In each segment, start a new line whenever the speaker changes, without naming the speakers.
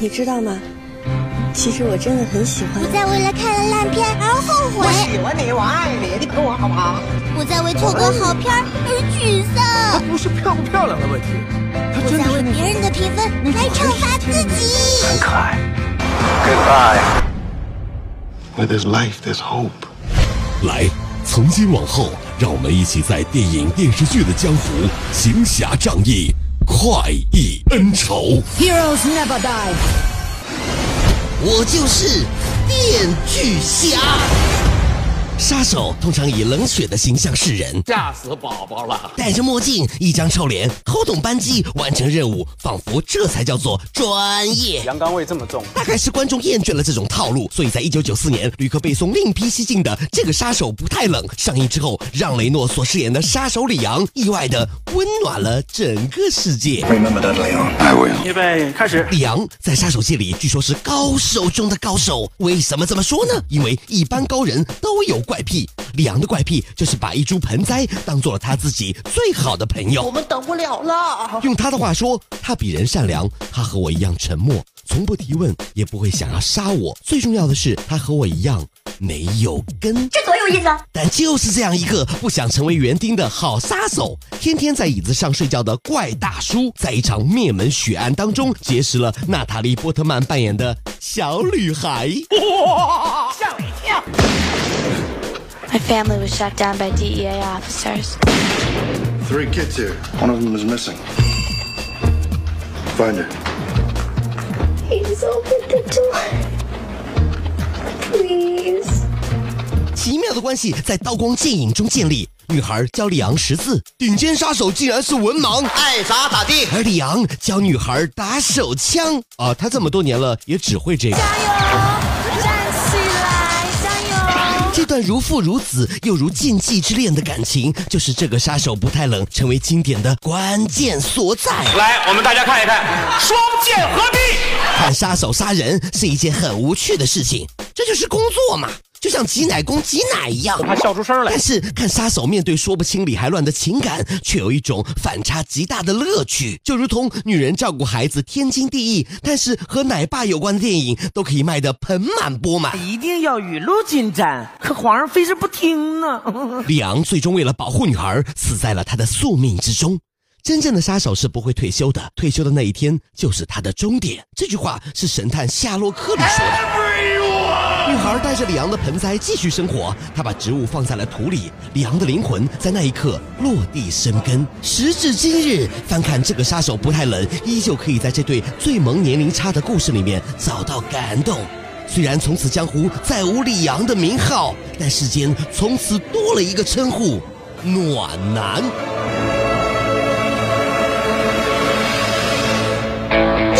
你知道吗？其实我真的很喜欢
不。再为了看了烂片而后悔
我，喜欢你，我爱你，你等我好不好？
不再为错过好片儿而沮丧，
啊不是漂不漂亮的问题，他
不
真的
再为
是那
别人
种
的评分来惩罚自己。
很可爱。
Where there's life, there's hope.
来，从今往后，让我们一起在电影电视剧的江湖行侠仗义，快意恩仇。
Heroes never die。
我就是电锯侠。杀手通常以冷血的形象示人，
吓死宝宝了！
戴着墨镜，一张臭脸，轰动扳机，完成任务，仿佛这才叫做专业。
阳刚味这么重，
大概是观众厌倦了这种套路，所以在一九九四年，吕克·贝松另辟蹊径的《这个杀手不太冷》上映之后，让雷诺所饰演的杀手里昂意外的温暖了整个世界。
Remember that, Leon. I will.
预备开始。
里昂在杀手界里据说是高手中的高手。为什么这么说呢？因为一般高人都有怪癖，里昂的怪癖就是把一株盆栽当做了他自己最好的朋友。我们等不了了。用他的话说，他比人善良，他和我一样沉默，从不提问，也不会想要杀我。最重要的是，他和我一样没有根。
这多有意思啊！
但就是这样一个不想成为园丁的好杀手，天天在椅子上睡觉的怪大叔，在一场灭门血案当中结识了娜塔莉波特曼扮演的小女孩。
My family was shot down by DEA officers.
Three kids here. One of them is missing. Find her.
Please open the door. Please.
奇妙的关系在刀光剑影中建立。女孩教里昂识字，顶尖杀手竟然是文盲，
爱咋咋地。
而里昂教女孩打手枪啊，他这么多年了也只会这个。
加油，站起来，加油！
这段如父如子又如禁忌之恋的感情，就是这个杀手不太冷成为经典的关键所在。
来，我们大家看一看，双剑合璧。
看杀手杀人是一件很无趣的事情，这就是工作嘛，就像挤奶工挤奶一样。
他笑出声来
但。是看杀手面对说不清理还乱的情感，却有一种反差极大的乐趣，就如同女人照顾孩子天经地义，但是和奶爸有关的电影都可以卖得盆满钵满。
一定要雨露均沾，可皇上非是不听啊 呢。
里昂最终为了保护女孩，死在了他的宿命之中。真正的杀手是不会退休的，退休的那一天就是他的终点。这句话是神探夏洛克里说的。女孩带着里昂的盆栽继续生活，她把植物放在了土里，里昂的灵魂在那一刻落地生根。时至今日，翻看这个杀手不太冷，依旧可以在这对最萌年龄差的故事里面找到感动。虽然从此江湖再无李阳的名号，但世间从此多了一个称呼——暖男。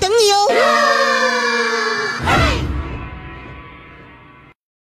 等你哦。